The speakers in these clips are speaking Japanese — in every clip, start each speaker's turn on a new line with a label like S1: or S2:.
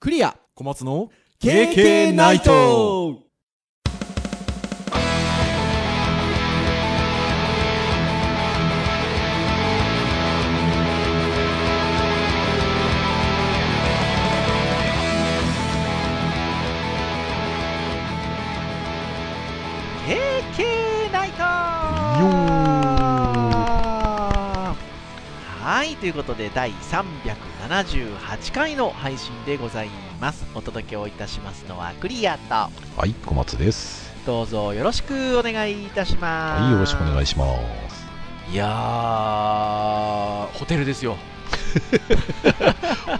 S1: クリア
S2: 小松の
S1: KK ナイト
S3: ナイト
S2: よ
S3: はいということで第378回の配信でございますお届けをいたしますのはクリアと
S2: はい小松です
S3: どうぞよろしくお願いいたします
S2: はいよろしくお願い
S3: し
S2: します
S3: ますいやーホテルですよ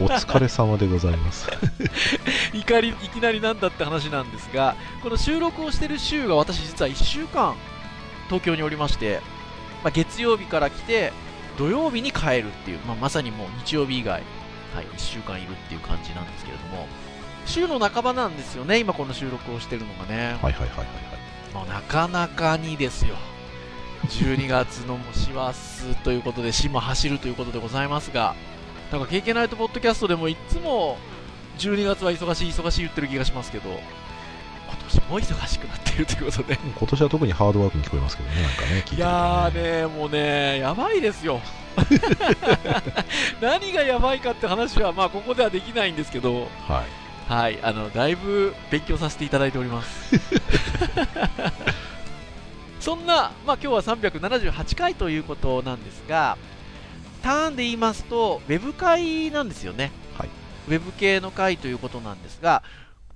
S2: お疲れ様でございます
S3: いかりいきなりなんだって話なんですがこの収録をしてる週が私実は1週間東京におりまして、まあ、月曜日から来て土曜日に帰るっていう、まあ、まさにもう日曜日以外、はい、1週間いるっていう感じなんですけれども週の半ばなんですよね今この収録をしてるのがね、
S2: はいはいはいはい
S3: もうなかなかにですよ12月のもう師走ということで師も走るということでございますがなんか KK ナイトポッドキャストでもいっつも12月は忙しい忙しい言ってる気がしますけど今年も忙しくなっているということで
S2: 今年は特にハードワークに聞こえますけどねなんかね聞いて
S3: い
S2: ると
S3: やーねもうねやばいです よ何がやばいかって話はまあここではできないんですけど
S2: はい
S3: はいあのだいぶ勉強させていただいております そんな、まあ、今日は378回ということなんですがターンで言いますとウェブ会なんですよね、
S2: はい
S3: ウェブ系の会ということなんですが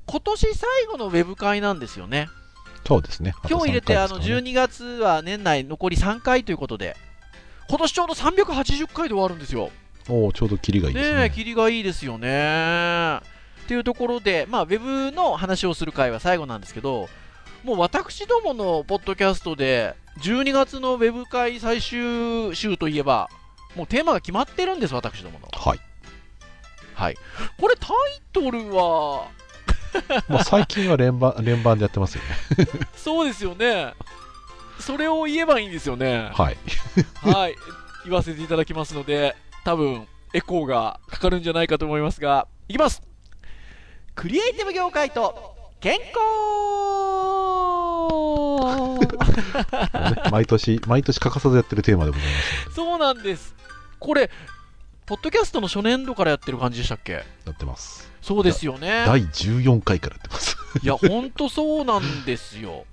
S3: 今年最後のウェブ会なんですよね
S2: そうですね
S3: 今日入れて、あの
S2: 十
S3: 12月は年内残り3回ということで今年ちょうど380回で終わるんですよ
S2: おおちょうどキリがいいですね
S3: ねえ、霧がいいですよね。っていうところで、まあ、ウェブの話をする回は最後なんですけど、もう私どものポッドキャストで、12月のウェブ会最終週といえば、もうテーマが決まってるんです、私どもの。
S2: はい、
S3: はい。これタイトルは、
S2: まあ、最近は連番 連番でやってますよね
S3: そうですよね。それを言えばいいんですよね。
S2: はい
S3: はい、言わせていただきますので、多分エコーがかかるんじゃないかと思いますが、いきますクリエイティブ業界と健康
S2: もうね毎年 毎年欠かさずやってるテーマでございます
S3: そうなんです。これ、ポッドキャストの初年度からやってる感じでしたっけ
S2: やってます
S3: そうですよね。
S2: 第14回からやってます
S3: いや、ほんとそうなんですよ。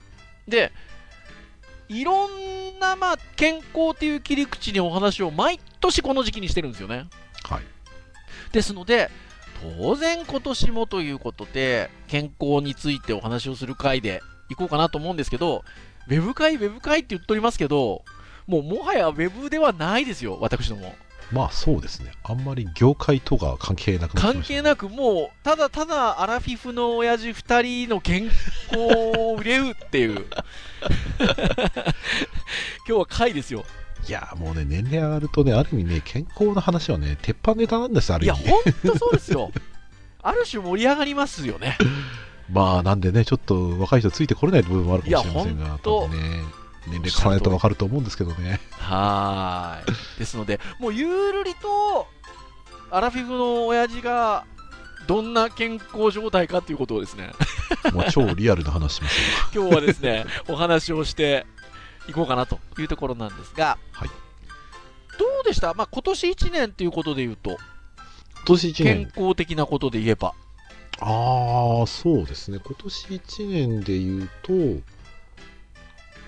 S3: で、いろんな、まあ、健康っていう切り口にお話を毎年この時期にしてるんですよね。
S2: はい
S3: ですので当然今年もということで健康についてお話をする回でいこうかなと思うんですけどウェブ会ウェブ会って言っとりますけどもうもはやウェブではないですよ私ども
S2: まあそうですねあんまり業界とかは関係なくなってき
S3: 関
S2: ました
S3: 係
S2: ね
S3: なくもうただただアラフィフの親父2人の健康を憂うっていう今日は回ですよ
S2: いやーもうね年齢上がるとねある意味ね健康の話はね鉄板ネタなんですある
S3: い
S2: 意
S3: や
S2: 味
S3: ほんとそうですよある種盛り上がりますよね
S2: まあなんでねちょっと若い人ついてこれない部分もあるかもしれません
S3: いやほ
S2: が
S3: んと
S2: 多分ね年齢重ねると分かると思うんですけどね
S3: はーい。ですので、もうゆるりと、アラフィフの親父が、どんな健康状態かということをですね、
S2: もう超リアルな話しますよ
S3: 今日はです ね、お話をしていこうかなというところなんですが、
S2: はい
S3: どうでしたまあ、今年1年ということで言うと、
S2: 今年1
S3: 健
S2: 年
S3: 康的なことで言えば。
S2: ああそうですね今年1年で言うと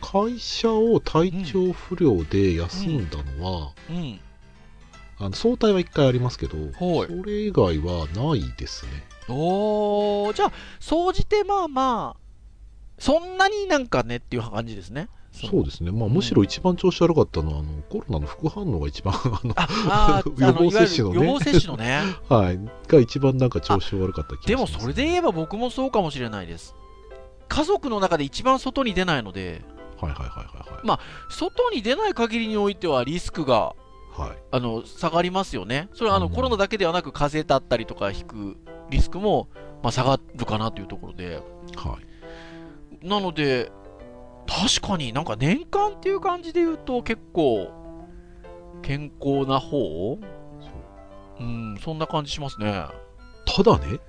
S2: 会社を体調不良で休んだのは、
S3: うん。
S2: あの早退は1回ありますけど、
S3: はい
S2: それ以外はないですね
S3: おー、じゃあ、総じてまあまあ、そんなになんかねっていう感じですね。
S2: そうですね、まあ、むしろ一番調子悪かったのは、あのコロナの副反応が一番あの、
S3: ああー、あ の
S2: 予防接種のね
S3: いわゆる予防接種のね。
S2: はい、が一番なんか調子悪かった気がし
S3: で
S2: ま
S3: も
S2: す
S3: それで言えば僕もそうかもしれないです家族の中で一番外に出ないので
S2: はいはいはいはい、
S3: 外に出ない限りにおいてはリスクが
S2: はいはい、
S3: あの下がりますよねそれはあの、
S2: うん
S3: コロナだけではなく風邪だったりとか引くリスクも、まあ、下がるかなというところで
S2: はい、
S3: なので確かになんか年間っていう感じで言うと結構健康な方
S2: そう
S3: うんそんな感じしますね
S2: ただね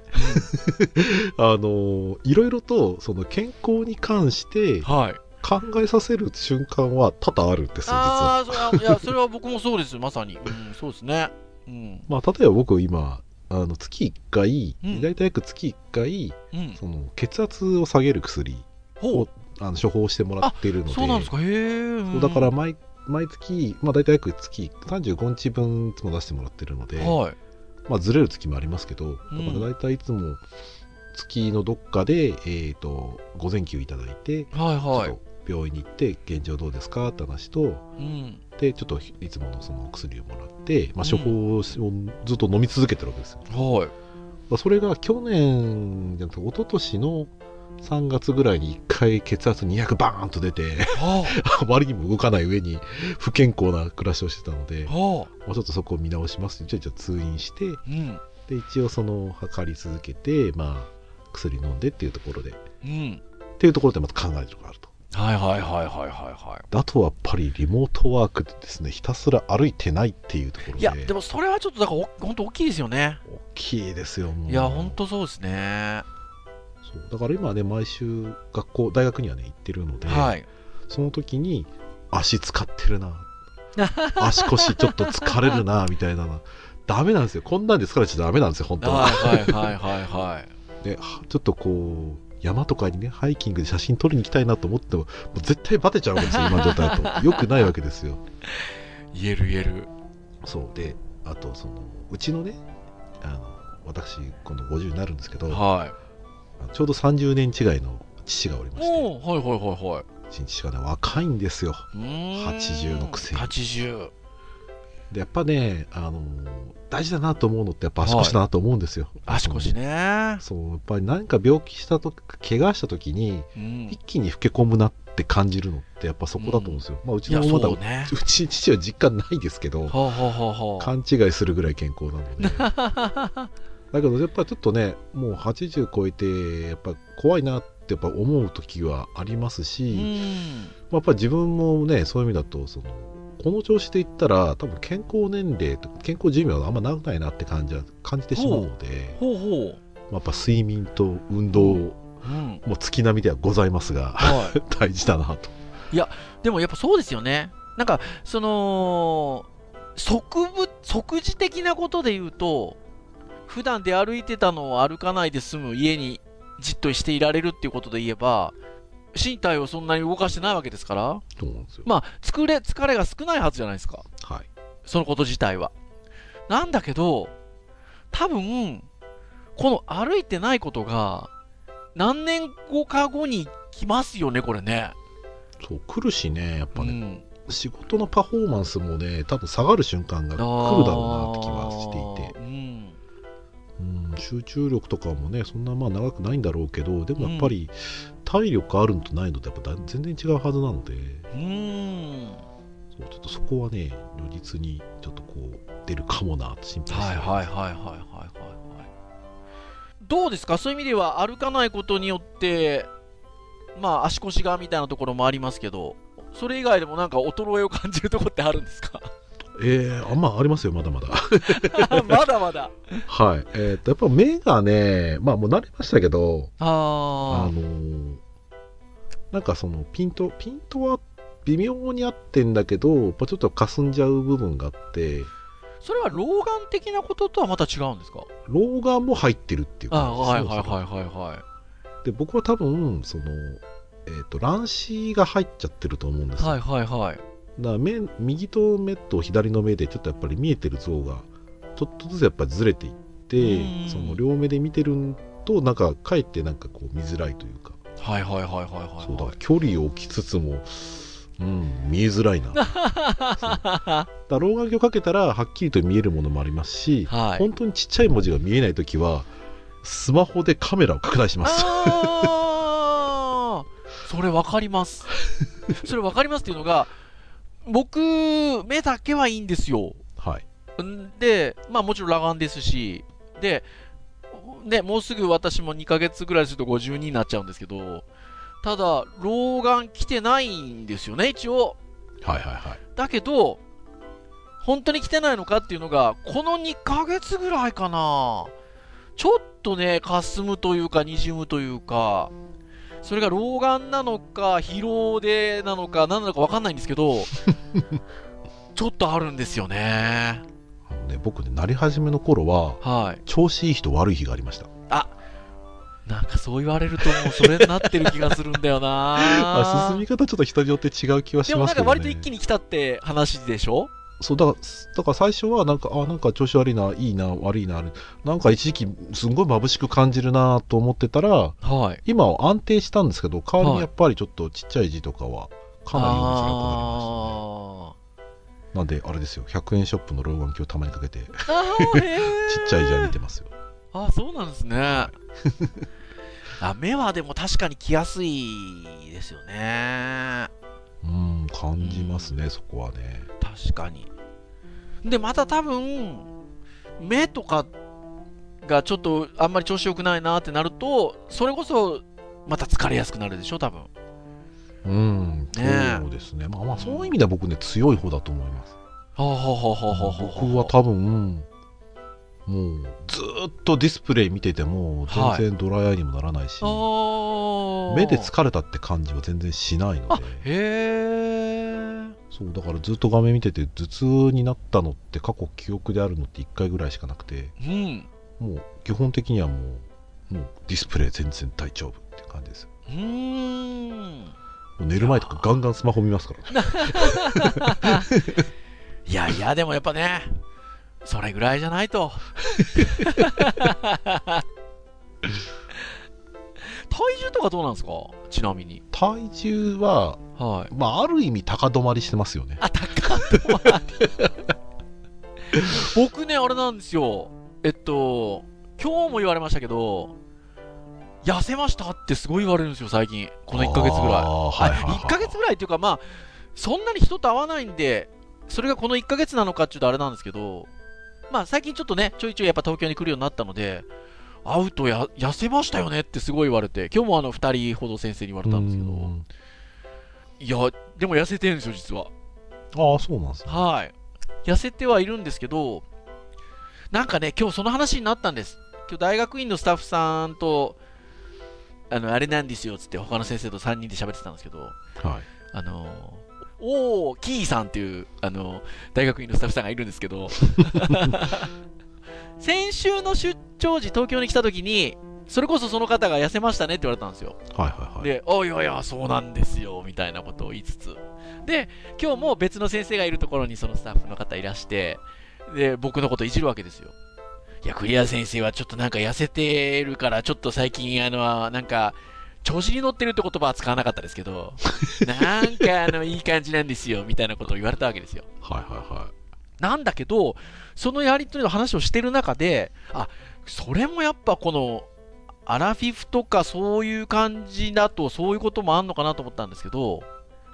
S2: あのいろいろとその健康に関して
S3: はい
S2: 考えさせる瞬間は多々あるんですよ実は。
S3: ああそれはいやそれは僕もそうですよまさに、うん、そうですねうん
S2: まあ、例えば僕今あの月1回、
S3: うん
S2: 大体約月1回
S3: うん
S2: その血圧を下げる薬
S3: ほう
S2: あの処方してもらってるので
S3: そうなんですかへえ
S2: そうだから毎毎月、まあ、大体約月35日分いつも出してもらってるので、
S3: はい
S2: まあ、ずれる月もありますけどだ
S3: う
S2: か
S3: ん
S2: ら大体いつも月のどっかで、えー、と午前休いただいて、
S3: はいは
S2: ちょっ
S3: い
S2: と病院に行って現状どうですかって話と
S3: うん
S2: でちょっといつものその薬をもらって、まあ、
S3: うん
S2: 処方をずっと飲み続けてるわけですよ、
S3: はい
S2: まあそれが去年じゃなくて一昨年の3月ぐらいに1回血圧200バーンと出て
S3: は
S2: あまりにも動かない上に 不健康な暮らしをしてたので
S3: あ、はあ
S2: まあ、ちょっとそこを見直しますってちょっと通院して
S3: うん
S2: で一応その測り続けてまあ薬飲んでっていうところでっ
S3: うん
S2: ていうところでまた考えるところがあると
S3: はいはいはいはいはいは
S2: であとはやっぱりリモートワークでですねひたすら歩いてないっていうところ
S3: いい
S2: で
S3: やでもそれはちょっとだからお本当大きいですよね
S2: 大きいですよもう
S3: いや本当そうですね
S2: そうだから今はね毎週学校大学にはね行ってるので、
S3: はい
S2: その時に足使ってるな足腰ちょっと疲れるなみたいなのダメなんですよこんなんで疲れちゃダメなんですよ本当は
S3: はいはいはいはいはい
S2: ではちょっとこう山とかにねハイキングで写真撮りに行きたいなと思ってももう絶対バテちゃうわけですよ今の状態だ とよくないわけですよ
S3: 言える言える
S2: そうであとそのうちのねあの私今度50になるんですけど
S3: は
S2: あのちょうど30年違いの父がおり
S3: い
S2: まして
S3: おおはいはいはいはいう
S2: ちの父がね若いんですよ
S3: うーん
S2: 80のくせに
S3: 80
S2: でやっぱねあの大事だなと思うのってやっぱ足腰だなと思うんですよ、
S3: 足腰ね
S2: そうやっぱり何か病気したとき怪我した時に
S3: うん
S2: 一気に老け込むなって感じるのってやっぱそこだと思うんですよ、うまあうち
S3: いや
S2: のまだ
S3: そうね
S2: うち父は実感ないですけど
S3: はあはあはあは
S2: 勘違いするぐらい健康な のでだ
S3: あ
S2: けどやっぱちょっとねもう80超えてやっぱ怖いなってやっぱ思う時はあります
S3: う
S2: し、
S3: ん
S2: まあやっぱ自分もねそういう意味だとそのこの調子でいったら多分健康年齢と健康寿命があんま長くないなって感じは感じてしまうので、
S3: ほうほ
S2: まあやっぱ睡眠と運動
S3: ううん
S2: も月並みではございますが
S3: はい
S2: 大事だなと
S3: でもやっぱそうですよね。なんかその即部即時的なことで言うと普段で歩いてたのを歩かないで済む家にじっとしていられるっていうことで言えば身体をそんなに動かしてないわけですから
S2: 思うんですよ。
S3: まあ疲れ疲れが少ないはずじゃないですか
S2: はい
S3: そのこと自体は。なんだけど多分この歩いてないことが何年後か後に来ますよねこれね。
S2: そう来るしねやっぱね、
S3: うん
S2: 仕事のパフォーマンスもね多分下がる瞬間が来るだろうなって気はしていて、
S3: あーうん
S2: うん、集中力とかもねそんなまあ長くないんだろうけどでもやっぱり体力あるのとないのとやっぱだ全然違うはずなので
S3: うーん
S2: そうちょっとそこはね如実にちょっとこう出るかもなと心配し
S3: は
S2: て
S3: い
S2: る
S3: はいはいはいはいはいはいどうですかそういう意味では歩かないことによってまあ足腰がみたいなところもありますけどそれ以外でもなんか衰えを感じるところってあるんで すか
S2: えーあんまありますよまだ まだ
S3: まだまだ
S2: はいえーっとやっぱ目がねまあもう慣れましたけどあ
S3: あ
S2: のーなんかそのピントピントは微妙に合ってんだけどやっぱちょっと霞んじゃう部分があって
S3: あそれは老眼的なこととはまた違うんですか
S2: 老眼も入ってるっていう
S3: あ
S2: 感じ
S3: はい
S2: です
S3: はい
S2: ね
S3: はいはいはい
S2: で僕は多分その、えー、と乱視が入っちゃってると思うんですよ、
S3: はいはいはい
S2: だから目右と目と左の目でちょっとやっぱり見えてる像がちょっとずつやっぱりずれていって
S3: うん
S2: その両目で見てるとなんかかえってなんかこう見づらいというか
S3: はいはいはいはいはい
S2: そうだから距離を置きつつも、うん、見えづら いなそうだから老眼鏡かけたらはっきりと見えるものもありますし、
S3: はい
S2: 本当にちっちゃい文字が見えない時はスマホでカメラを拡大します
S3: あーそれ分かり ます。それ分かりますっていうのが、僕、目だけはいいんですよ。
S2: はい
S3: んで、まあもちろん裸眼ですし、で、ね、もうすぐ私も2ヶ月ぐらいすると52になっちゃうんですけど、ただ、老眼来てないんですよね、一応。
S2: はいはいはい
S3: だけど、本当に来てないのかっていうのが、この2ヶ月ぐらいかな。ちょっとね、霞むというか、にじむというか、それが老眼なのか、疲労でなのか、何なのか分かんないんですけ ど、ちょっとあるんですよね。
S2: あのね僕ねなり始めの頃は
S3: はい。
S2: 調子いい日と悪い日がありました
S3: なんかそう言われると、もうそれになってる気がするんだよ
S2: あ
S3: な
S2: 進み方ちょっと人によって違う気はし
S3: でも
S2: ま
S3: な
S2: す
S3: ん
S2: け
S3: か
S2: ど、ね、
S3: 割と一気に来たって話でしょ
S2: そうだからだから最初はなんかあなんか調子悪いないいな悪いななんか一時期すんごい眩しく感じるなと思ってたら
S3: はい。
S2: 今は安定したんですけど代わり
S3: はい
S2: にやっぱりちょっとちっちゃい字とかはかなり読みづらくなりましたねなんであれですよ100円ショップの老眼鏡をたまにかけてちっ
S3: あーあー へー
S2: ちゃい字は見てますよ
S3: あそうなんです ねあ目はでも確かに来やすいですよね
S2: うん感じますねそこはね
S3: 確かにでまた多分目とかがちょっとあんまり調子良くないなってなるとそれこそまた疲れやすくなるでしょ多分
S2: うん
S3: ねえ
S2: そうですねまあまあそういう意味では僕ね強い方だと思います
S3: はあはあはあはあはあはあ
S2: 僕は多分もうずーっとディスプレイ見てても
S3: はい
S2: 全然ドライアイにもならないし、
S3: あー
S2: 目で疲れたって感じは全然しないの
S3: あ
S2: で
S3: へえ
S2: そうだからずっと画面見てて頭痛になったのって過去記憶であるのって1回ぐらいしかなくて
S3: うん
S2: もう基本的にはもうもうディスプレイ全然大丈夫って感じですよ
S3: うーん
S2: もう寝る前とかガンガンスマホ見ますからね
S3: いやいや、でもやっぱね、それぐらいじゃない と。体重とかどうなんですかちなみに。
S2: 体重は、
S3: はい。
S2: まあ、ある意味高止まりしてますよね
S3: あ、高止まり。僕ね、あれなんですよ。えっと、今日も言われましたけど、痩せましたってすごい言われるんですよ、最近。この1ヶ月ぐらい。
S2: あーはいはいはい
S3: 1ヶ月ぐらいっていうか、まあ、そんなに人と会わないんで、それがこの1ヶ月なのかっていうとあれなんですけど、まあ、最近ちょっとね、ちょいちょいやっぱ東京に来るようになったので、会うとや痩せましたよねってすごい言われて、今日もあの2人ほど先生に言われたんですけ
S2: う
S3: ど、
S2: ん
S3: いや、でも痩せてるんですよ、実は。
S2: ああそうなんですね
S3: はい。痩せてはいるんですけど、なんかね、今日その話になったんです。今日大学院のスタッフさんと、あの、あれなんですよ、つって他の先生と3人で喋ってたんですけど、
S2: はい
S3: あのー、おー、キーさんっていう、あのー大学院のスタッフさんがいるんですけ ど、先週の出張時、東京に来た時に、それこそその方が痩せましたねって言われたんですよ。
S2: はいはいはい
S3: で、おいおいおい、そうなんですよ、みたいなことを言いつつ。で、今日も別の先生がいるところにそのスタッフの方いらして、で、僕のこといじるわけですよ。いや、クリア先生はちょっとなんか痩せてるから、ちょっと最近、あの、なんか、調子に乗ってるって言葉は使わなかったです けど、なんかあの、いい感じなんですよ、みたいなことを言われたわけですよ。
S2: はいはいはい
S3: なんだけど、そのやりとりの話をしてる中で、あそれもやっぱこの、アラフィフとかそういう感じだと、そういうこともあんのかなと思ったんですけど、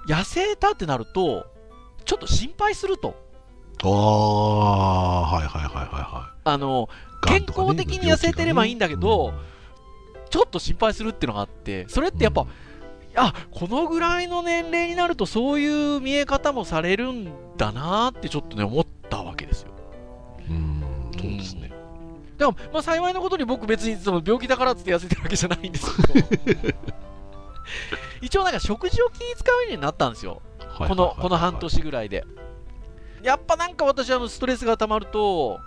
S3: 痩せたってなると、ちょっと心配すると。
S2: ああはいはいはいは
S3: あの、
S2: いはい、
S3: 健康的に痩せてればいいんだけどちょっと心配するっていうのがあって、それってやっぱ、あこのぐらいの年齢になると、そういう見え方もされるんだなって、ちょっとね、思ったわけですよ。
S2: うん、うんそうですね、
S3: でも、まあ、幸いなことに僕別にその病気だからっつって痩せてるわけじゃないんですけど 一応なんか食事を気使うようになったんですよ
S2: はいはいはいはい
S3: このこの半年ぐらいでやっぱなんか私あのストレスが溜まると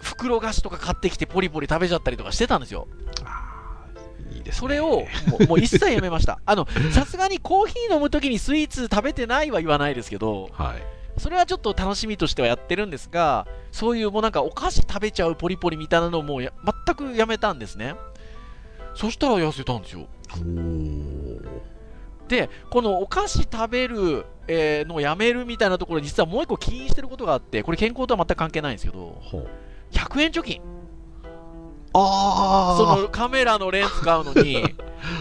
S3: 袋菓子とか買ってきてポリポリ食べちゃったりとかしてたんですよ
S2: あーいいですね
S3: それをもうもう一切やめましたあのさすがにコーヒー飲む時にスイーツ食べてないは言わないですけど
S2: はい
S3: それはちょっと楽しみとしてはやってるんですが、そういうもうなんかお菓子食べちゃうポリポリみたいなのをもうや全くやめたんですね。そしたら痩せたんですよ。
S2: おー
S3: で、このお菓子食べる、えーのをやめるみたいなところ、実はもう一個起因してることがあって、これ健康とは全く関係ないんですけど、
S2: ほう
S3: 100円貯金。
S2: あ
S3: そのカメラのレンズ買うの に、だか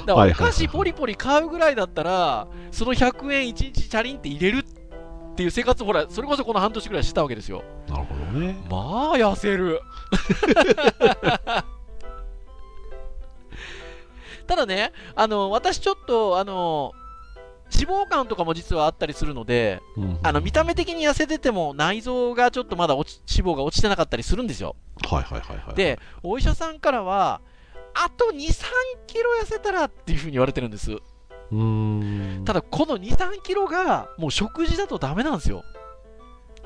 S3: ら
S2: はいはいはい
S3: お菓子ポリポリ買うぐらいだったら、その100円1日チャリンって入れるっていう生活をほら、それこそこの半年ぐらいしてたわけですよ。
S2: なるほどね
S3: まあ痩せ るただねあの私ちょっとあの脂肪肝とかも実はあったりするので、
S2: うん
S3: あの見た目的に痩せてても内臓がちょっとまだ落ち脂肪が落ちてなかったりするんですよ。
S2: はいはいはいはい。
S3: で、お医者さんからは、あと2、3キロ痩せたらっていうふうに言われてるんです。
S2: うーん。
S3: ただ、この2、3キロが、もう食事だとダメなんですよ。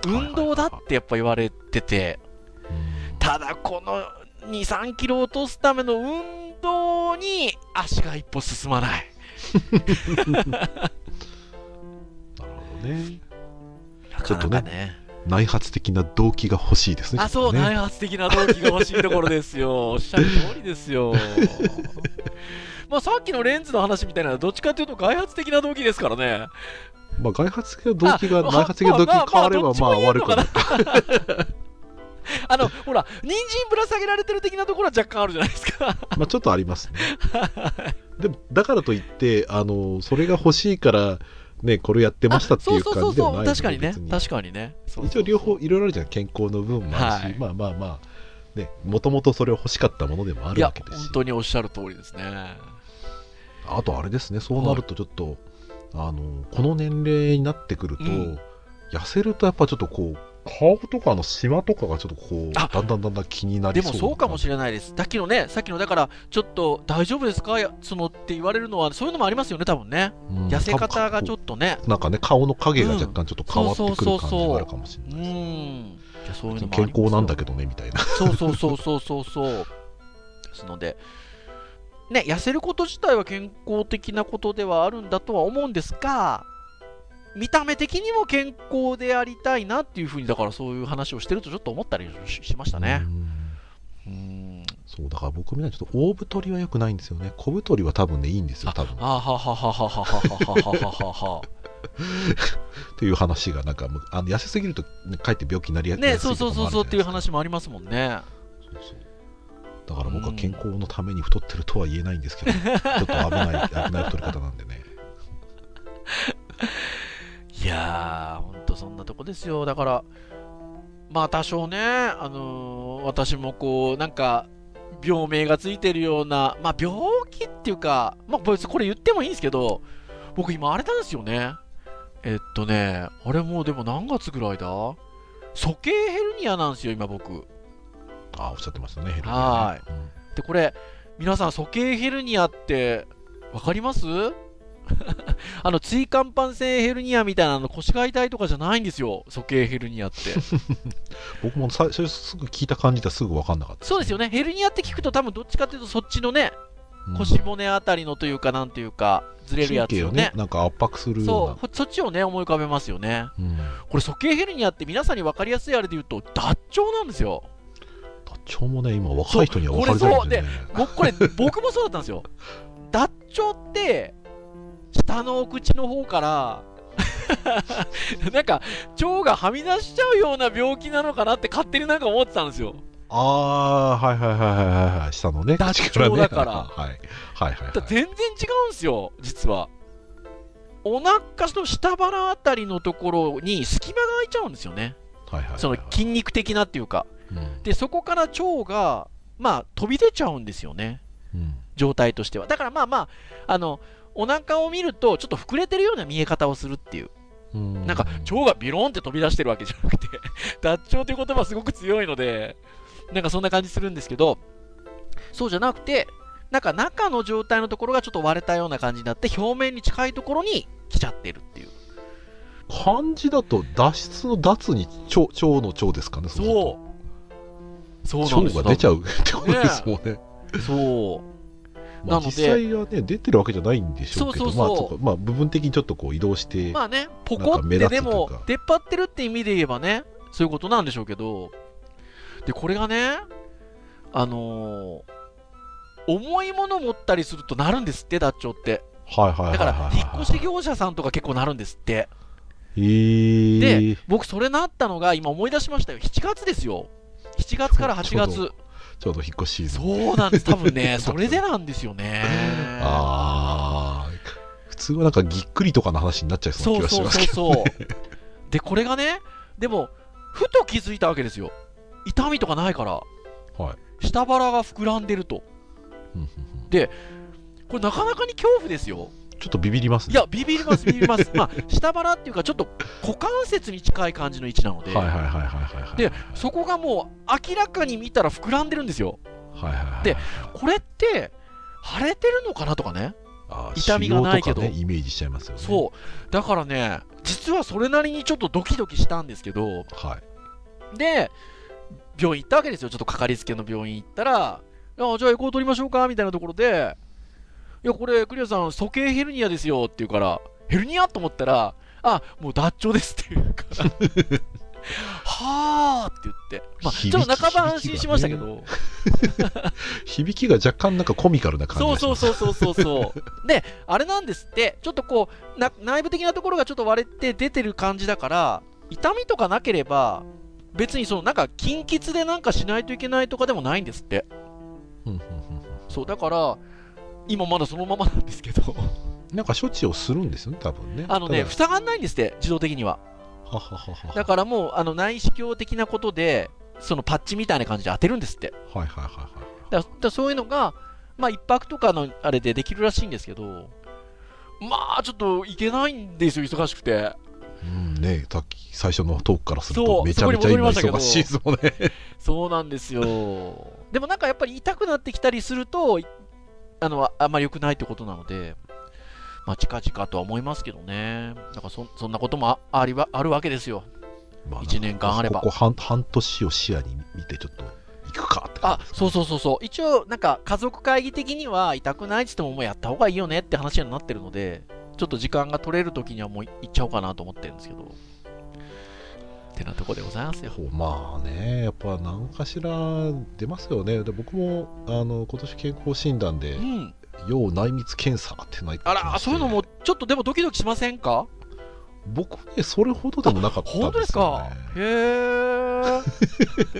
S3: 運動だってやっぱ言われてて、
S2: うん
S3: ただこの2、3キロ落とすための運動に足が一歩進まない。
S2: なるほどね。
S3: なかな
S2: ちょ
S3: か
S2: っと
S3: ね。
S2: 内発的な動機が欲しいですね。
S3: あ、そう、
S2: ね。
S3: 内発的な動機が欲しいところですよ。おっしゃる通りです よ。まあさっきのレンズの話みたいなのはどっちかというと外発的な動機ですからね。
S2: まあ外発的な動機が
S3: あ
S2: 内発的な動機に変わればまあ悪くなる。
S3: あの、ほら、人参ぶら下げられてる的なところは若干あるじゃないですか。
S2: まあちょっとありますね。でもだからといってあのそれが欲しいからねこれやってましたっていう
S3: あそ
S2: 感
S3: う
S2: じで
S3: そう
S2: は
S3: そう
S2: な
S3: そ、
S2: いうので
S3: 確かにね
S2: 別。
S3: 確かにね。そう
S2: 一
S3: そうそう
S2: 応両方いろいろあるじゃん健康の部分もあるし、
S3: はい
S2: まあまあまあねもともとそれを欲しかったものでもあ
S3: い
S2: る
S3: や
S2: わけ、ですし
S3: 本当におっしゃる通りですね。
S2: あとあれですねそうなるとちょっと、あのこの年齢になってくると、
S3: うん
S2: 痩せるとやっぱちょっとこう顔とかのシワとかがちょっとこう
S3: あ
S2: だんだんだんだん気になり
S3: で
S2: そう
S3: もそうかもし
S2: れ
S3: れないです。さっきのね、さっきのだから、ちょっと大丈夫ですかそのって言われるのは、そういうのもありますよね、多分ね。
S2: ない、うん
S3: 痩せ方がちょっとね。
S2: 多分なんかね顔の影が若干ちょっと変わってく
S3: う
S2: る
S3: んそうそうそう
S2: 感
S3: そう
S2: じがあるかもしれ
S3: う
S2: ないですね
S3: ん。いやそういうのもあ
S2: 健
S3: りますよ
S2: 康なんだけどねみたいな
S3: そうそうそうそうそうそう。ですので、ね、痩せること自体は健康的なことではあるんだとは思うんですが、見た目的にも健康でありたいなっていうふうに、だからそういう話をしてるとちょっと思ったりししましたね
S2: う。ん
S3: うん。
S2: そうだから僕みたいにちょっと大太りは良くないんですよね小太りは多分ねいいんですよ多 分
S3: あはははははははははは。
S2: という話がなんかむあの痩せすぎるとねかえって病気になりやすい
S3: ね、
S2: と
S3: そう
S2: か
S3: そうそ
S2: もあ
S3: う
S2: る
S3: そうっていう
S2: じゃな
S3: 話もありますもんね。
S2: ですかそうそうだから僕は健康のために太ってるとは言えないん ですけど、ちょっと危ない危ない太り方なんでね
S3: いやー、ほんとそんなとこですよ。だから、まあ多少ね、あのー私もこう、なんか、病名がついてるような、まあ病気っていうか、まあ別にこれ言ってもいいんですけど、僕今あれなんですよね。えっとね、あれもうでも何月ぐらいだ鼠径ヘルニアなんですよ、今僕。
S2: ああおっしゃってましたねヘルニアね
S3: は
S2: うん
S3: で、これ、皆さん、鼠径ヘルニアって、わかります あの、椎間板性ヘルニアみたいなの腰が痛いとかじゃないんですよ、鼠径ヘルニアって。
S2: 僕も最初すぐ聞いた感じではすぐ分かんなかった
S3: そうですよね、ヘルニアって聞くと、多分どっちかというと、そっちのね、
S2: うん
S3: 腰骨あたりのというか、なんというか、ずれるやつ
S2: 神経
S3: よ
S2: を
S3: ね
S2: ね。なんか圧迫する
S3: そ
S2: よ
S3: う、そっちをね、思い浮かべますよね。
S2: うなうん
S3: これ、鼠径ヘルニアって皆さんに分かりやすいあれで言うと、脱腸なんですよ。
S2: ダチョウもね今若い人には分かりづらいんだよね
S3: 僕、これ、僕もそうだった んですよ。脱腸って、下のお口の方から、 なんか、腸がはみ出しちゃうような病気なのかなって勝手になんか思ってたんですよ。
S2: ああーはいはいはいはいはいはい下のね
S3: ダチョウだから
S2: 口ねはいはいはい
S3: だ
S2: はい
S3: 全然違うんですよ実はお腹の下腹あたりのところに隙間が空いちゃうんですよね
S2: はいはいはい
S3: その筋肉的なっていうか
S2: うん
S3: でそこから腸がまあ飛び出ちゃうんですよね
S2: うん
S3: 状態としてはだからまあまああのお腹を見るとちょっと膨れてるような見え方をするっていう
S2: な
S3: なんか腸がビロンって飛び出してるわけじゃなくて 脱腸という言葉すごく強いのでなんかそんな感じするんですけどそうじゃなくてなんか中の状態のところがちょっと割れたような感じになって表面に近いところに来ちゃってるっていう
S2: 漢字だと脱出の脱に腸腸の腸ですかね
S3: そうそうう
S2: すると腸が
S3: なんです
S2: 出ちゃうってことですもんね
S3: そう
S2: ま
S3: な
S2: あ、
S3: ので
S2: 実際はね出てるわけじゃないんでしょうけど
S3: そうそうそ
S2: ま
S3: う
S2: あちょっとまあ部分的にちょっとこう移動して、
S3: まあねポコっ
S2: 目
S3: て
S2: 立つという
S3: で
S2: か
S3: も出っ張ってるって意味で言えばねそういうことなんでしょうけどでこれがねあのー重いもの持ったりするとなるんですって脱腸って
S2: はいはいはい
S3: だか
S2: はい
S3: ら
S2: はい
S3: 引っ越し業者さんとか結構なるんですって
S2: へー
S3: で僕それなったのが今思い出しましたよ7月ですよ7月から8
S2: ちょう
S3: 月
S2: ちょうど引っ越しシーズン
S3: そうなんです多分ねそれでなんですよ ね
S2: ああ普通はなんかぎっくりとかの話になっちゃいそうな気
S3: そう
S2: がし
S3: そう
S2: ま
S3: そ
S2: す
S3: う
S2: けど
S3: そう でこれがねでもふと気づいたわけですよ痛みとかないから
S2: はい
S3: 下腹が膨らんでると
S2: うんうんうん
S3: これなかなかに恐怖ですよ
S2: ちょっとビビります
S3: い
S2: ね。
S3: や、ビビります、ビビります。まあ、下腹っていうか、ちょっと股関節に近い感じの位置なので、
S2: はいはいはいはいはいはい。
S3: でそこがもう明らかに見たら膨らんでるんですよ。
S2: はいはいはい、
S3: でこれって、腫れてるのかなとかね。
S2: あー
S3: 痛みがないけど
S2: 腫瘍とかね、イメージしちゃいますよね。
S3: そう。だからね、実はそれなりにちょっとドキドキしたんですけど、
S2: う。はい。
S3: で、病院行ったわけですよ。ちょっとかかりつけの病院行ったら、いやじゃあエコー取りましょうかみたいなところで、いや、これ、クリアさん、鼠径ヘルニアですよって言うから、ヘルニアと思ったら、あ、もう脱腸ですって言うから、はあって言って、まあ、ちょっと半ば安心しましたけど、
S2: 響きが若干なんかコミカルな感じ
S3: そ
S2: が
S3: う
S2: し
S3: そう
S2: ます
S3: そうそうそう そう。で、あれなんですって、ちょっとこうな、内部的なところがちょっと割れて出てる感じだから、痛みとかなければ、別にそのなんか筋喫でなんかしないといけないとかでもないんですって。
S2: うんうんうん
S3: そうだから今まだそのままなんです けど
S2: うんなんか処置をするんですよね、多分ね。
S3: あのね
S2: ただ
S3: 塞がんないんですって自動的には
S2: はははは
S3: だからもうあの内視鏡的なことでそのパッチみたいな感じで当てるんですって
S2: はいはいはいはい。
S3: だだからそういうのがまあ一泊とかのあれでできるらしいんですけどまあちょっと行けないんですよ忙しくて
S2: うんね、さっき最初のトークからする
S3: そ
S2: と
S3: う
S2: めちゃめちゃ今
S3: そこに戻り
S2: 忙
S3: ま
S2: しいで
S3: し
S2: すもんね。
S3: そうなんですよでもなんかやっぱり痛くなってきたりするといあのああんまり良くないってことなのでまあ近々とは思いますけどねなんかそそんなこともあありはあるわけですよ
S2: ま
S3: 一年間あれば
S2: ここ半半年を視野に見てちょっと行くかって感
S3: あ
S2: じですか
S3: そうそうそうそう一応なんか家族会議的には痛くないっつってももうやった方がいいよねって話になってるのでちょっと時間が取れる時にはもう行っちゃおうかなと思ってるんですけどってなとこでございますよ
S2: そうまあねやっぱ何かしら出ますよねで僕もあの今年健康診断で
S3: うん
S2: 要内密検査ってない
S3: あらそういうのもちょっとでもドキドキしませんか
S2: 僕ねそれほどでもなかったんですよ、ね、
S3: 本当ですかへえ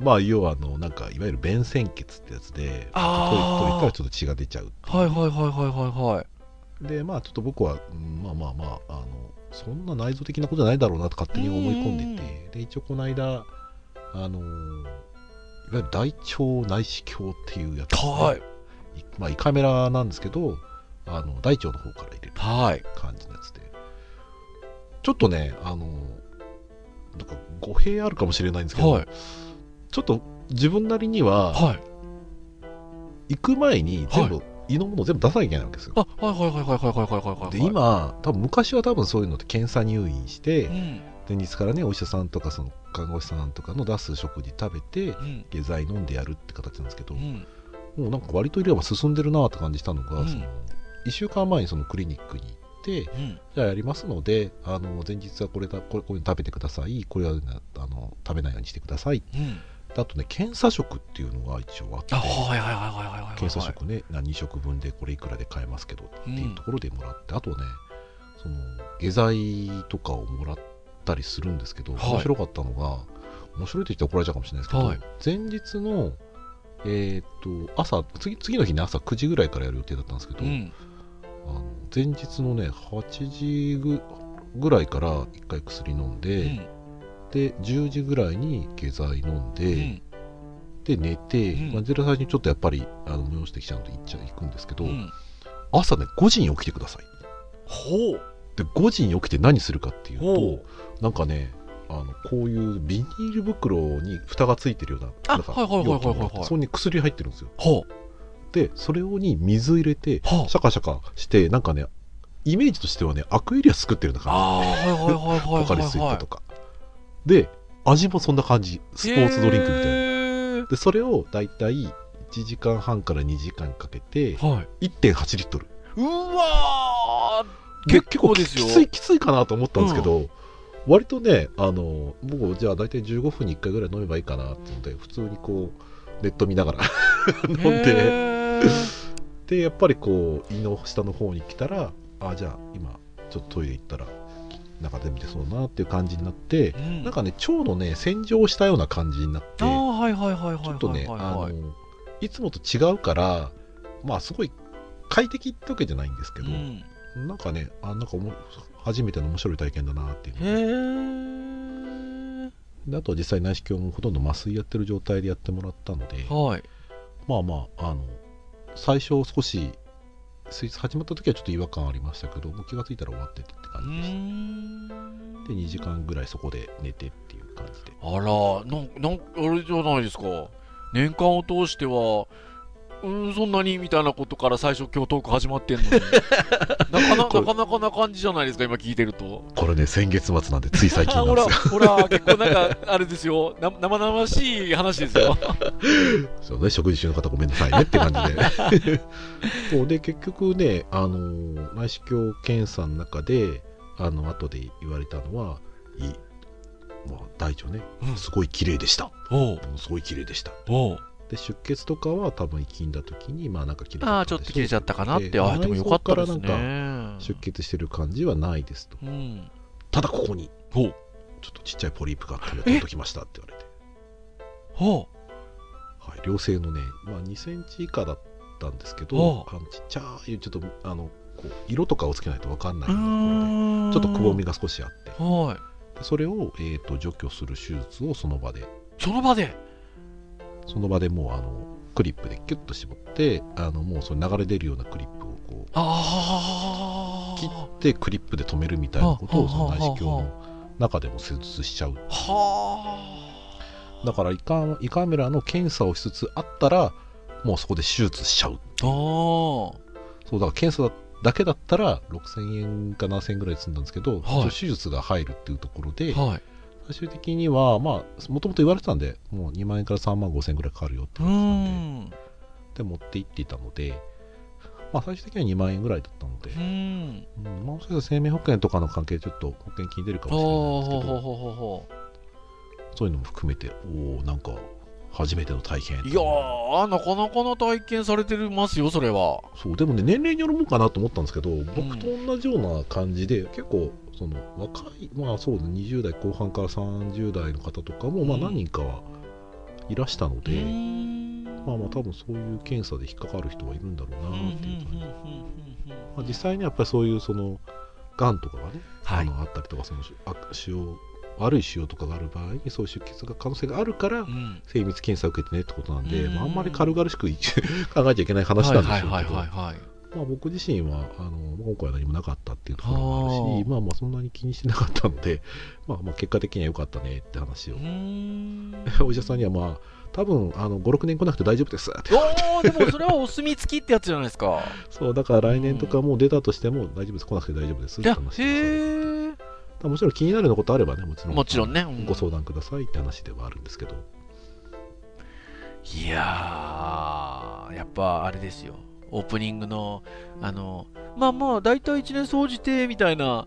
S2: まあ要はあのなんかいわゆる便潜血ってやつで取り取れた
S3: あ
S2: らちょっと血が出ちゃうって
S3: あはいはいはいはいはいはい
S2: でまあちょっと僕は、うんまあまあまああのそんな内臓的なことじゃないだろうなと勝手に思い込んで
S3: うん
S2: てで一応この間あのーいわゆる大腸内視鏡っていうやつですね、
S3: はい
S2: いまあ、胃カメラなんですけどあの大腸の方から入れる
S3: はい
S2: 感じのやつでちょっとねあのなんか語弊あるかもしれないんですけど、
S3: はい
S2: ちょっと自分なりには
S3: はい
S2: 行く前に全部、胃のものを全部出さなきゃいけないわけですよ
S3: あはいはいはいはいはいはいはいはいはい
S2: で今多分昔は多分そういうのって検査入院して
S3: うん
S2: 前日からねお医者さんとかその看護師さんとかの出す食事食べて
S3: うん
S2: 下剤飲んでやるって形なんですけど、
S3: う
S2: も
S3: ん
S2: うなんか割といれば進んでるなって感じしたのが、
S3: うん
S2: その1週間前にそのクリニックに行って
S3: うん
S2: じゃあやりますのであの前日はこれだこれこういうの食べてくださいこれはなあの食べないようにしてください
S3: うん
S2: あとね検査食っていうのが一応あって
S3: あはいはいはいはいはいはいはい
S2: 検査食ね2食分でこれいくらで買えますけど
S3: う
S2: っていうんところでもらって、あとねその下剤とかをもらったりするんですけど、
S3: はい
S2: 面白かったのが面白いと言ったら怒られちゃうかもしれないですけど、
S3: はい
S2: 前日のえーっと朝次次の日ね朝9時ぐらいからやる予定だったんですけど、
S3: うん
S2: あの前日のね8時ぐぐらいから1回薬飲んで、
S3: うん
S2: で10時ぐらいに下剤飲んで、
S3: うん
S2: で寝て、
S3: うん
S2: まあ、ゼロ最初にちょっとやっぱりあの催してきちゃうと行っちゃ行くんですけど、
S3: うん
S2: 朝ね5時に起きてください
S3: ほう
S2: で5時に起きて何するかっていう
S3: ほ
S2: となんかねあのこういうビニール袋に蓋がついてるような
S3: あ
S2: なんか
S3: はいはいはいはいはいはい
S2: 容器があってそこに薬入ってるんですよ
S3: ほ
S2: でそれをに水入れて
S3: うは
S2: シャカシャカしてなんかねイメージとしてはねアクエリアス作ってるような感
S3: ああーはいはいはいはいはいはい
S2: じポカリスエットとかで味もそんな感じスポーツドリンクみたいな
S3: な
S2: でそれをだいたい1時間半から2時間かけて
S3: は
S2: 1.8リットル
S3: いうわー
S2: で
S3: 結構ですよ
S2: きついきついかなと思ったんですけど、割とねあの僕じゃあ大体15分に1回ぐらい飲めばいいかなってので普通にこうネット見ながら 飲んで
S3: へー
S2: でやっぱりこう胃の下の方に来たらあじゃあ今ちょっとトイレ行ったら中で見てそうだなっていう感じになって
S3: う、ん
S2: なんかね腸のね洗浄をしたような感じになって
S3: あーはいはいはいはいはいはいは
S2: ちょ
S3: い
S2: っとね、
S3: はい
S2: あのいつもと違うからまあすごい快適ってわけじゃないんですけど、
S3: うん
S2: なんかねあなんかおも初めての面白い体験だなっていうので
S3: へ
S2: であとは実際内視鏡もほとんど麻酔やってる状態でやってもらったので
S3: えはい
S2: まあまああの最初少し水質始まった時はちょっと違和感ありましたけどもう気がついたら終わっててって
S3: うー
S2: 感じでし
S3: ん
S2: たで2時間ぐらいそこで寝てっていう感じで
S3: あらなんなんあれじゃないですか年間を通してはうーんそんなにみたいなことから最初今日トーク始まってん のになかなか
S2: これ
S3: なかなかな感じじゃないですか今聞いてると
S2: これね先月末なんでつい最
S3: あ
S2: 近な
S3: ほ
S2: んで
S3: ら
S2: すが
S3: ほら結構なんかあれですよな生々しい話ですよ
S2: そうね、食事中の方ごめんなさいねって感じ でそうで結局ねあの内視鏡検査の中であの後で言われたのはいまあ、大腸ね
S3: うん
S2: すごい綺麗でした、
S3: おう
S2: ものすごい綺麗でした
S3: おう
S2: で出血とかは多分生きんだ時にまあなんか切れ
S3: ああちょっと切れちゃったかなってああでもよかったですね
S2: 出血してる感じはないですと
S3: うん
S2: ただここに
S3: ほう
S2: ちょっとちっちゃいポリープが溜めてきましたって言われて
S3: ほ
S2: はい、良性のね、まあ、2センチ以下だったんですけ
S3: おう
S2: ど、あのちっちゃい、ちょっとあのこう色とかをつけないと分かんな
S3: う
S2: いようなところで、ち
S3: ーん
S2: ょっとくぼみが少しあって、
S3: はい
S2: でそれを、えー、と除去する手術をその場で、
S3: その場で
S2: その場でもうあのクリップでキュッと絞って、あのもうその流れ出るようなクリップをこ
S3: ああ
S2: う切って、クリップで止めるみたいなこと
S3: あ
S2: を、その内視鏡
S3: あ
S2: の中でも施術しちゃう。
S3: は
S2: だから胃カ、胃カメラの検査をしつつあったら、もうそこで手術しちゃう。
S3: ああ
S2: そうだから検査だけだったら6000円か7000円ぐらいで済んだんですけど、
S3: はい
S2: 一応手術が入るっていうところで
S3: はい
S2: 最終的にはまあもともと言われてたんでもう2万円から3万5000円ぐらいかかるよって
S3: う
S2: 言われてたん
S3: ん
S2: でで持って行っていたので、まあ、最終的には2万円ぐらいだったので
S3: う、ん
S2: うんまあ、もしかしたら生命保険とかの関係でちょっと保険金出るか
S3: ああほ
S2: も
S3: う
S2: しれな
S3: ほ
S2: いんですけど
S3: うほうほうほ
S2: そういうのも含めておおんか初めての体験
S3: ういやーなかなかな体験されてますよそれは
S2: そうでもね年齢によるもんかなと思ったんですけど僕と同じような感じで、結構その若いまあそうね20代後半から30代の方とかも、まあ
S3: うん
S2: 何人かはいらしたの
S3: う
S2: で、
S3: ーん
S2: まあまあ多分そういう検査で引っかかる人はいるんだろう
S3: うんうん
S2: なっていう感じ、ま
S3: うんう
S2: あ、
S3: ん
S2: 実際にやっぱりそういうそのがんとかがね、
S3: はい
S2: あのあったりとかそのあ腫瘍悪い腫瘍とかがある場合にそういう出血が可能性があるから、
S3: うん
S2: 精密検査を受けてねってことなんで、
S3: うん
S2: まあ、あんまり軽々しく考えちゃいけ ない話なんでしょうけど、
S3: はいはいはいはいはい
S2: まあ、僕自身はあの今回は何もなかったっていうところもあるし
S3: あー
S2: まあまあそんなに気にしてなかったので、 まあ、まあ結果的には良かったねって話を
S3: う、ーん
S2: お医者さんにはまあ多分あの56年来なくて大丈夫です って
S3: おーでもそれはお墨付きってやつじゃないですか
S2: そうだから来年とかもう出たとしても大丈夫です来なくて大丈夫ですっ
S3: い
S2: て
S3: や
S2: 話をさ
S3: へ
S2: れて
S3: え
S2: まあもちろん気になるようなことあればねもちろん
S3: もちろんね、うん
S2: ご相談くださいって話ではあるんですけど
S3: いやー、やっぱあれですよ、オープニングの、あの、まあまあ、大体1年総じてみたいな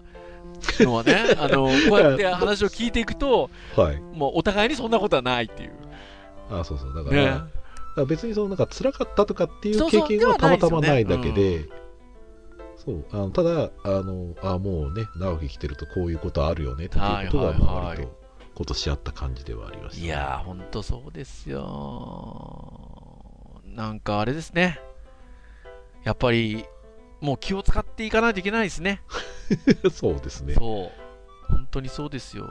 S3: のはね、あのこうやって話を聞いていくと、
S2: はい
S3: もうお互いにそんなことはないっていう。
S2: あそうそうだから,、だ
S3: ね
S2: か、ら別にそのなんか辛かったとかってい
S3: そううそう
S2: 経験はたまたま
S3: で
S2: な
S3: はない
S2: い
S3: で
S2: だ
S3: すよね
S2: けでそうあのただあのあもうね長く生きてるとこういうことあるよねっていうこと
S3: は
S2: が
S3: いはいはい
S2: まあ割と今年あった感じではありました
S3: いやー、ほんとそうですよ。なんかあれですね、やっぱり、もう気を使っていかないといけないですね。
S2: そうですね
S3: そう、本当にそうですよ。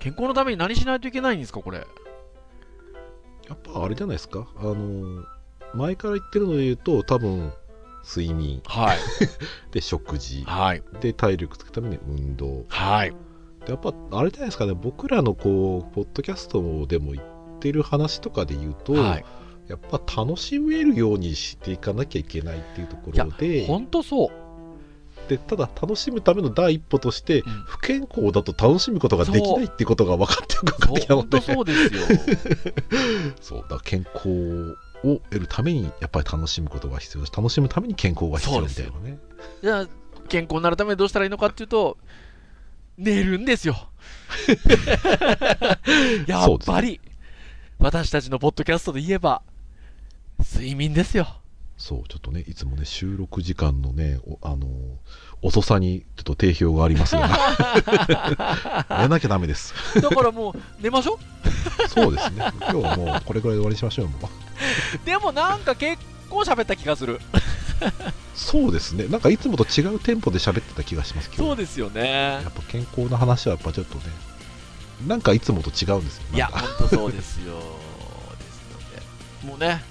S3: 健康のために何しないといけないんですか、これ。
S2: やっぱあれじゃないですかあの前から言ってるので言うと多分睡眠
S3: はい、
S2: で食事
S3: はい、
S2: で体力つくために運動
S3: はい。
S2: やっぱあれじゃないですかね僕らのこうポッドキャストでも言ってる話とかで言うと、
S3: はい、
S2: やっぱ楽しめるようにしていかなきゃいけないっていうとこ
S3: いや
S2: ろで
S3: 本当そう
S2: でただ楽しむための第一歩として、
S3: ん
S2: 不健康だと楽しむことができないっていうことが分かって分かってきたの
S3: 本
S2: で
S3: 当
S2: そう
S3: そうですよ
S2: だから健康を得るためにやっぱり楽しむことが必要だし楽しむために健康が必要みたいなね
S3: じゃあ健康になるためにどうしたらいいのかっていうと寝るんです よやっぱり私たちのポッドキャストで言えば睡眠です よ
S2: そうちょっとねいつもね収録時間のねおあの遅さにちょっと定評がありますがや らなきゃダメです
S3: だからもう寝ましょ
S2: そうですね今日はもうこれぐらいで終わりにしましょうもう
S3: うでもなんか結構喋った気がする
S2: そうですねなんかいつもと違うテンポで喋ってた気がします
S3: そ
S2: 今
S3: う
S2: 日
S3: ですよね
S2: やっぱ健康の話はやっぱちょっとねなんかいつもと違うんですよ
S3: いや
S2: なんか
S3: 本当そうですよですのでもうね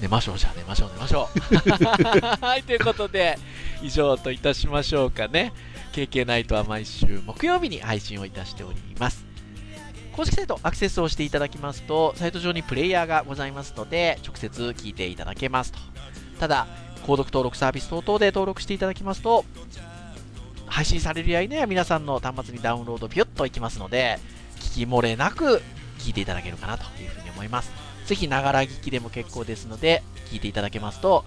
S3: 寝ましょうじゃあ寝ましょう寝ましょう はいということで以上といたしましょうかね KK ナイトは毎週木曜日に配信をいたしております公式サイトアクセスをしていただきますとサイト上にプレイヤーがございますので直接聞いていただけますとただ購読登録サービス等々で登録していただきますと配信されるやいなや皆さんの端末にダウンロードピュッといきますので聞き漏れなく聞いていただけるかなというふうに思いますぜひながら聞きでも結構ですので聞いていただけますと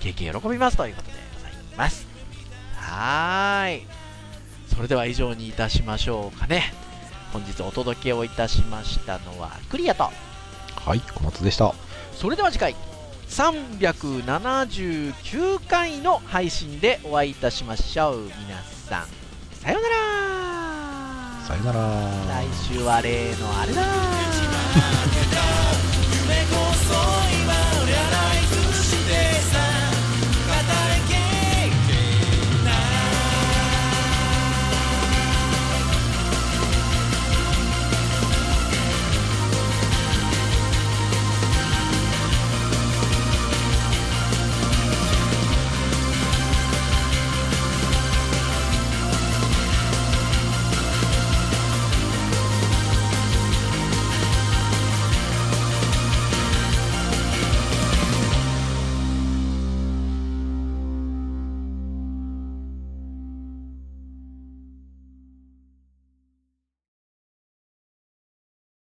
S3: 経験喜びますということでございますはーいそれでは以上にいたしましょうかね本日お届けをいたしましたのはクリアと
S2: はい小松でした
S3: それでは次回379回の配信でお会いいたしましょう皆さんさようなら
S2: さよなら
S3: 来週は例のあれだ